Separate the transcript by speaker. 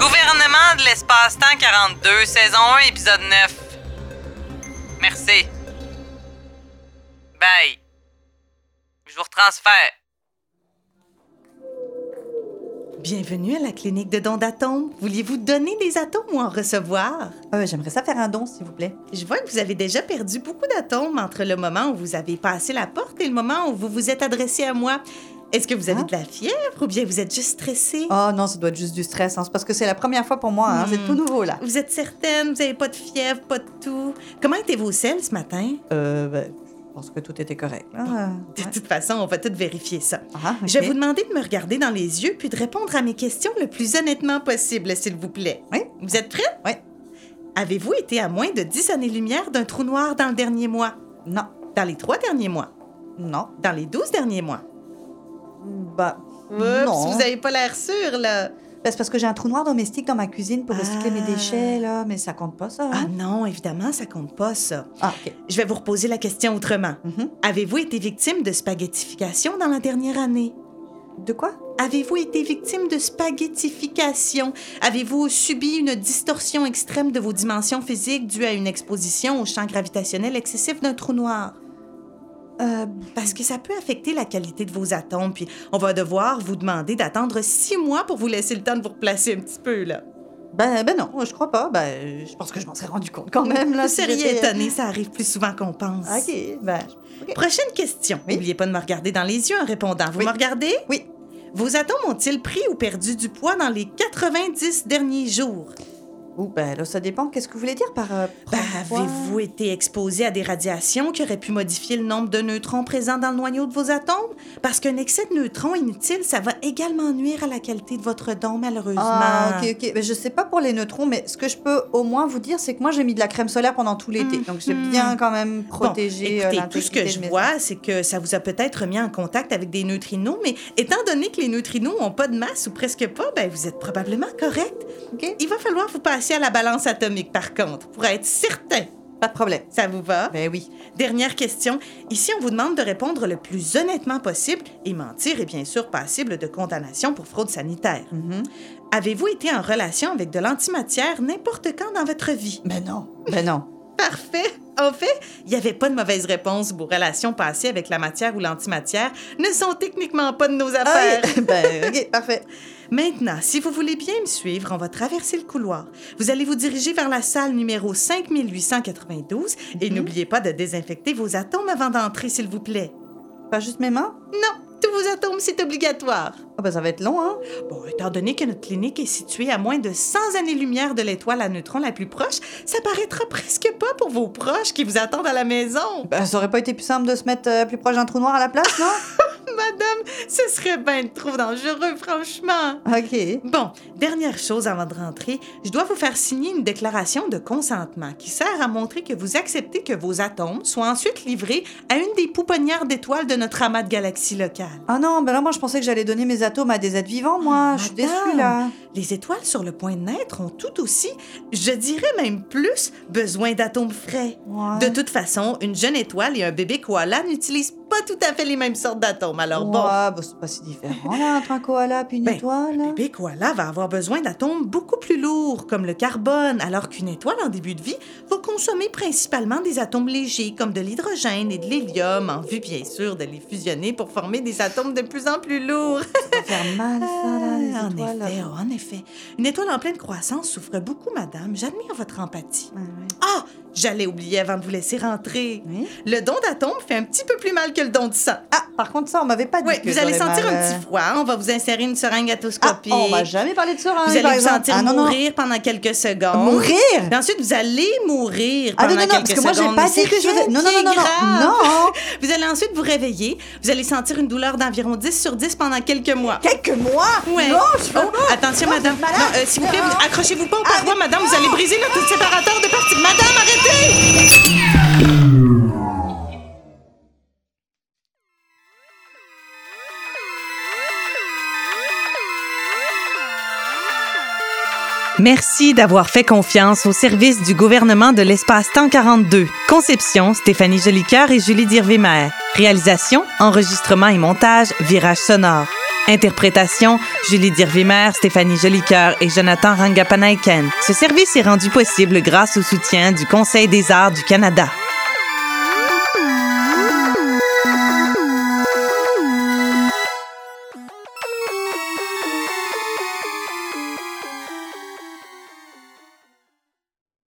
Speaker 1: Commande l'espace-temps 42, saison 1, épisode 9. Merci. Bye. Je vous retransfère.
Speaker 2: Bienvenue à la clinique de dons d'atomes. Vouliez-vous donner des atomes ou en recevoir?
Speaker 3: Euh, J'aimerais ça faire un don, s'il vous plaît.
Speaker 2: Je vois que vous avez déjà perdu beaucoup d'atomes entre le moment où vous avez passé la porte et le moment où vous vous êtes adressé à moi. Est-ce que vous avez
Speaker 3: Hein?
Speaker 2: de la fièvre ou bien vous êtes juste stressé?
Speaker 3: Oh non, ça doit être juste du stress, hein. c'est parce que c'est la première fois pour moi, hein. c'est
Speaker 2: Hmm.
Speaker 3: tout nouveau là.
Speaker 2: Vous êtes certaine, vous n'avez pas de fièvre, pas de tout. Comment étaient vos selles ce matin?
Speaker 3: Euh, ben, je pense que tout était correct. hein.
Speaker 2: De
Speaker 3: Ouais.
Speaker 2: toute façon, on va tout vérifier ça.
Speaker 3: Ah, ok.
Speaker 2: Je vais vous demander de me regarder dans les yeux puis de répondre à mes questions le plus honnêtement possible, s'il vous plaît.
Speaker 3: Oui.
Speaker 2: Vous êtes prête?
Speaker 3: Oui.
Speaker 2: Avez-vous été à moins de 10 années-lumière d'un trou noir dans le dernier mois?
Speaker 3: Non,
Speaker 2: Dans les trois derniers mois?
Speaker 3: non,
Speaker 2: Dans les 12 derniers mois?
Speaker 3: bah
Speaker 2: Oups,
Speaker 3: non.
Speaker 2: vous n'avez pas l'air sûr, là.
Speaker 3: Ben, c'est parce que j'ai un trou noir domestique dans ma cuisine pour recycler mes
Speaker 2: Ah.
Speaker 3: déchets là, mais ça compte pas ça.
Speaker 2: Ah
Speaker 3: hein.
Speaker 2: non, évidemment, ça compte pas, ça.
Speaker 3: Ah, ok.
Speaker 2: Je vais vous reposer la question autrement.
Speaker 3: Mhm.
Speaker 2: Avez-vous été victime de spaghettification dans la dernière année?
Speaker 3: De quoi
Speaker 2: Avez-vous été victime de spaghettification? Avez-vous subi une distorsion extrême de vos dimensions physiques due à une exposition au champ gravitationnel excessif d'un trou noir?
Speaker 3: euh,
Speaker 2: Parce que ça peut affecter la qualité de vos atomes, puis on va devoir vous demander d'attendre six mois pour vous laisser le temps de vous replacer un petit peu, là.
Speaker 3: ben, ben non, je crois pas. Ben, je pense que je m'en serais rendu compte quand même là.
Speaker 2: Vous
Speaker 3: si
Speaker 2: seriez
Speaker 3: j'étais- euh,
Speaker 2: étonné, ça arrive plus souvent qu'on pense.
Speaker 3: Ok, ben
Speaker 2: Prochaine question.
Speaker 3: Oui.
Speaker 2: N'oubliez pas de me regarder dans les yeux en répondant. Vous
Speaker 3: Oui.
Speaker 2: me regardez?
Speaker 3: Oui.
Speaker 2: Vos atomes ont-ils pris ou perdu du poids dans les 90 derniers jours?
Speaker 3: ou ben là ça dépend. Qu'est-ce que vous voulez dire par euh,
Speaker 2: Ben,
Speaker 3: prendre froid
Speaker 2: Avez-vous été exposé à des radiations qui auraient pu modifier le nombre de neutrons présents dans le noyau de vos atomes? Parce qu'un excès de neutrons inutile, ça va également nuire à la qualité de votre don, malheureusement.
Speaker 3: Ah, ok, ok. Mais je sais pas pour les neutrons, mais ce que je peux au moins vous dire, c'est que moi, j'ai mis de la crème solaire pendant tout l'été.
Speaker 2: Mhm.
Speaker 3: Donc, j'ai bien quand même
Speaker 2: Bon,
Speaker 3: protégé euh,
Speaker 2: écoutez, tout ce
Speaker 3: l'intégrité
Speaker 2: que
Speaker 3: de
Speaker 2: je
Speaker 3: mes-
Speaker 2: vois, c'est que ça vous a peut-être mis en contact avec des neutrinos, mais étant donné que les neutrinos n'ont pas de masse ou presque pas, ben vous êtes probablement correct.
Speaker 3: Ok,
Speaker 2: Il va falloir vous passer à la balance atomique, par contre, pour être certain.
Speaker 3: Pas de problème.
Speaker 2: Ça vous va?
Speaker 3: Ben oui.
Speaker 2: Dernière question. Ici, on vous demande de répondre le plus honnêtement possible et mentir est bien sûr passible de condamnation pour fraude sanitaire.
Speaker 3: Mhm.
Speaker 2: Avez-vous été en relation avec de l'antimatière n'importe quand dans votre vie?
Speaker 3: Ben non. Ben non.
Speaker 2: Parfait! En fait, il n'y avait pas de mauvaise réponse. Vos relations passées avec la matière ou l'antimatière ne sont techniquement pas de nos
Speaker 3: Ah
Speaker 2: affaires.
Speaker 3: oui. ben, ok, parfait.
Speaker 2: Maintenant, si vous voulez bien me suivre, on va traverser le couloir. Vous allez vous diriger vers la salle numéro 5892 et
Speaker 3: Mhm.
Speaker 2: n'oubliez pas de désinfecter vos atomes avant d'entrer, s'il vous plaît.
Speaker 3: Pas juste mes mains
Speaker 2: Non, tous vos atomes, c'est obligatoire.
Speaker 3: Ah ben, ça va être long, hein.
Speaker 2: Bon, étant donné que notre clinique est située à moins de 100 années-lumière de l'étoile à neutrons la plus proche, ça paraîtra presque pas pour vos proches qui vous attendent à la maison.
Speaker 3: Ben, ça aurait pas été plus simple de se mettre euh, plus proche d'un trou noir à la place, non
Speaker 2: Madame, ce serait bien trop dangereux, franchement.
Speaker 3: Ok.
Speaker 2: Bon, dernière chose avant de rentrer, je dois vous faire signer une déclaration de consentement qui sert à montrer que vous acceptez que vos atomes soient ensuite livrés à une des pouponnières d'étoiles de notre amas de galaxies locales.
Speaker 3: Ah non, ben là, moi, je pensais que j'allais donner mes atomes à des êtres vivants,
Speaker 2: Ah,
Speaker 3: moi. je suis
Speaker 2: Madame.
Speaker 3: déçue, là.
Speaker 2: Les étoiles sur le point de naître ont tout aussi, je dirais même plus, besoin d'atomes frais.
Speaker 3: Ouais.
Speaker 2: De toute façon, une jeune étoile et un bébé koala n'utilisent pas tout à fait les mêmes sortes d'atomes, alors bon.
Speaker 3: Ouais, ben, c'est pas si différent, là, entre un koala puis une
Speaker 2: Ben,
Speaker 3: étoile. là.
Speaker 2: Le bébé koala va avoir besoin d'atomes beaucoup plus lourds, comme le carbone, alors qu'une étoile en début de vie va consommer principalement des atomes légers, comme de l'hydrogène et de l'hélium, en vue bien sûr de les fusionner pour former des atomes de plus en plus lourds.
Speaker 3: faire mal, ça, là, les
Speaker 2: Ah, en
Speaker 3: étoiles.
Speaker 2: effet, oh, en effet. Une étoile en pleine croissance souffre beaucoup, madame. J'admire votre empathie.
Speaker 3: Ouais, ouais.
Speaker 2: Ah! J'allais oublier avant de vous laisser rentrer.
Speaker 3: Oui.
Speaker 2: Le don d'atomes fait un petit peu plus mal que le don de sang.
Speaker 3: Ah, par contre, ça, on m'avait pas dit.
Speaker 2: Oui,
Speaker 3: que
Speaker 2: vous allez
Speaker 3: j'aurais
Speaker 2: sentir
Speaker 3: mal,
Speaker 2: un
Speaker 3: euh,
Speaker 2: petit froid. On va vous insérer une seringue
Speaker 3: Ah,
Speaker 2: atoscopique.
Speaker 3: on m'a jamais parlé de seringue.
Speaker 2: Vous
Speaker 3: par
Speaker 2: allez vous
Speaker 3: exemple.
Speaker 2: sentir
Speaker 3: Ah, non, non.
Speaker 2: mourir pendant quelques secondes.
Speaker 3: Mourir
Speaker 2: Et ensuite, vous allez mourir
Speaker 3: Ah
Speaker 2: pendant
Speaker 3: non, non, non, parce
Speaker 2: quelques
Speaker 3: que moi, j'ai
Speaker 2: secondes.
Speaker 3: pas
Speaker 2: Mais
Speaker 3: dit
Speaker 2: c'est
Speaker 3: que je
Speaker 2: rien
Speaker 3: faisais. Non,
Speaker 2: qui
Speaker 3: non, non,
Speaker 2: est
Speaker 3: non,
Speaker 2: grave.
Speaker 3: non, non.
Speaker 2: Vous allez ensuite vous réveiller. Vous allez sentir une douleur d'environ 10 sur 10 pendant quelques mois.
Speaker 3: Quelques mois
Speaker 2: Ouais.
Speaker 3: Non, je veux
Speaker 2: Oh, attention,
Speaker 3: Non,
Speaker 2: madame.
Speaker 3: vous êtes malade. Ah,
Speaker 2: Non, euh, S'il vous plaît,
Speaker 3: Non.
Speaker 2: vous- accrochez-vous pas au parois, madame. Vous allez briser notre séparateur de partie. Madame, arrêtez! Merci d'avoir fait confiance au service du gouvernement de l'espace-temps 42. Conception, Stéphanie Jolicoeur et Julie Dirvimer. Réalisation, enregistrement et montage, virage sonore. Interprétation Julie Dirvimer, Stéphanie Jolicoeur et Jonathan Rangapanaiken. Ce service est rendu possible grâce au soutien du Conseil des arts du Canada.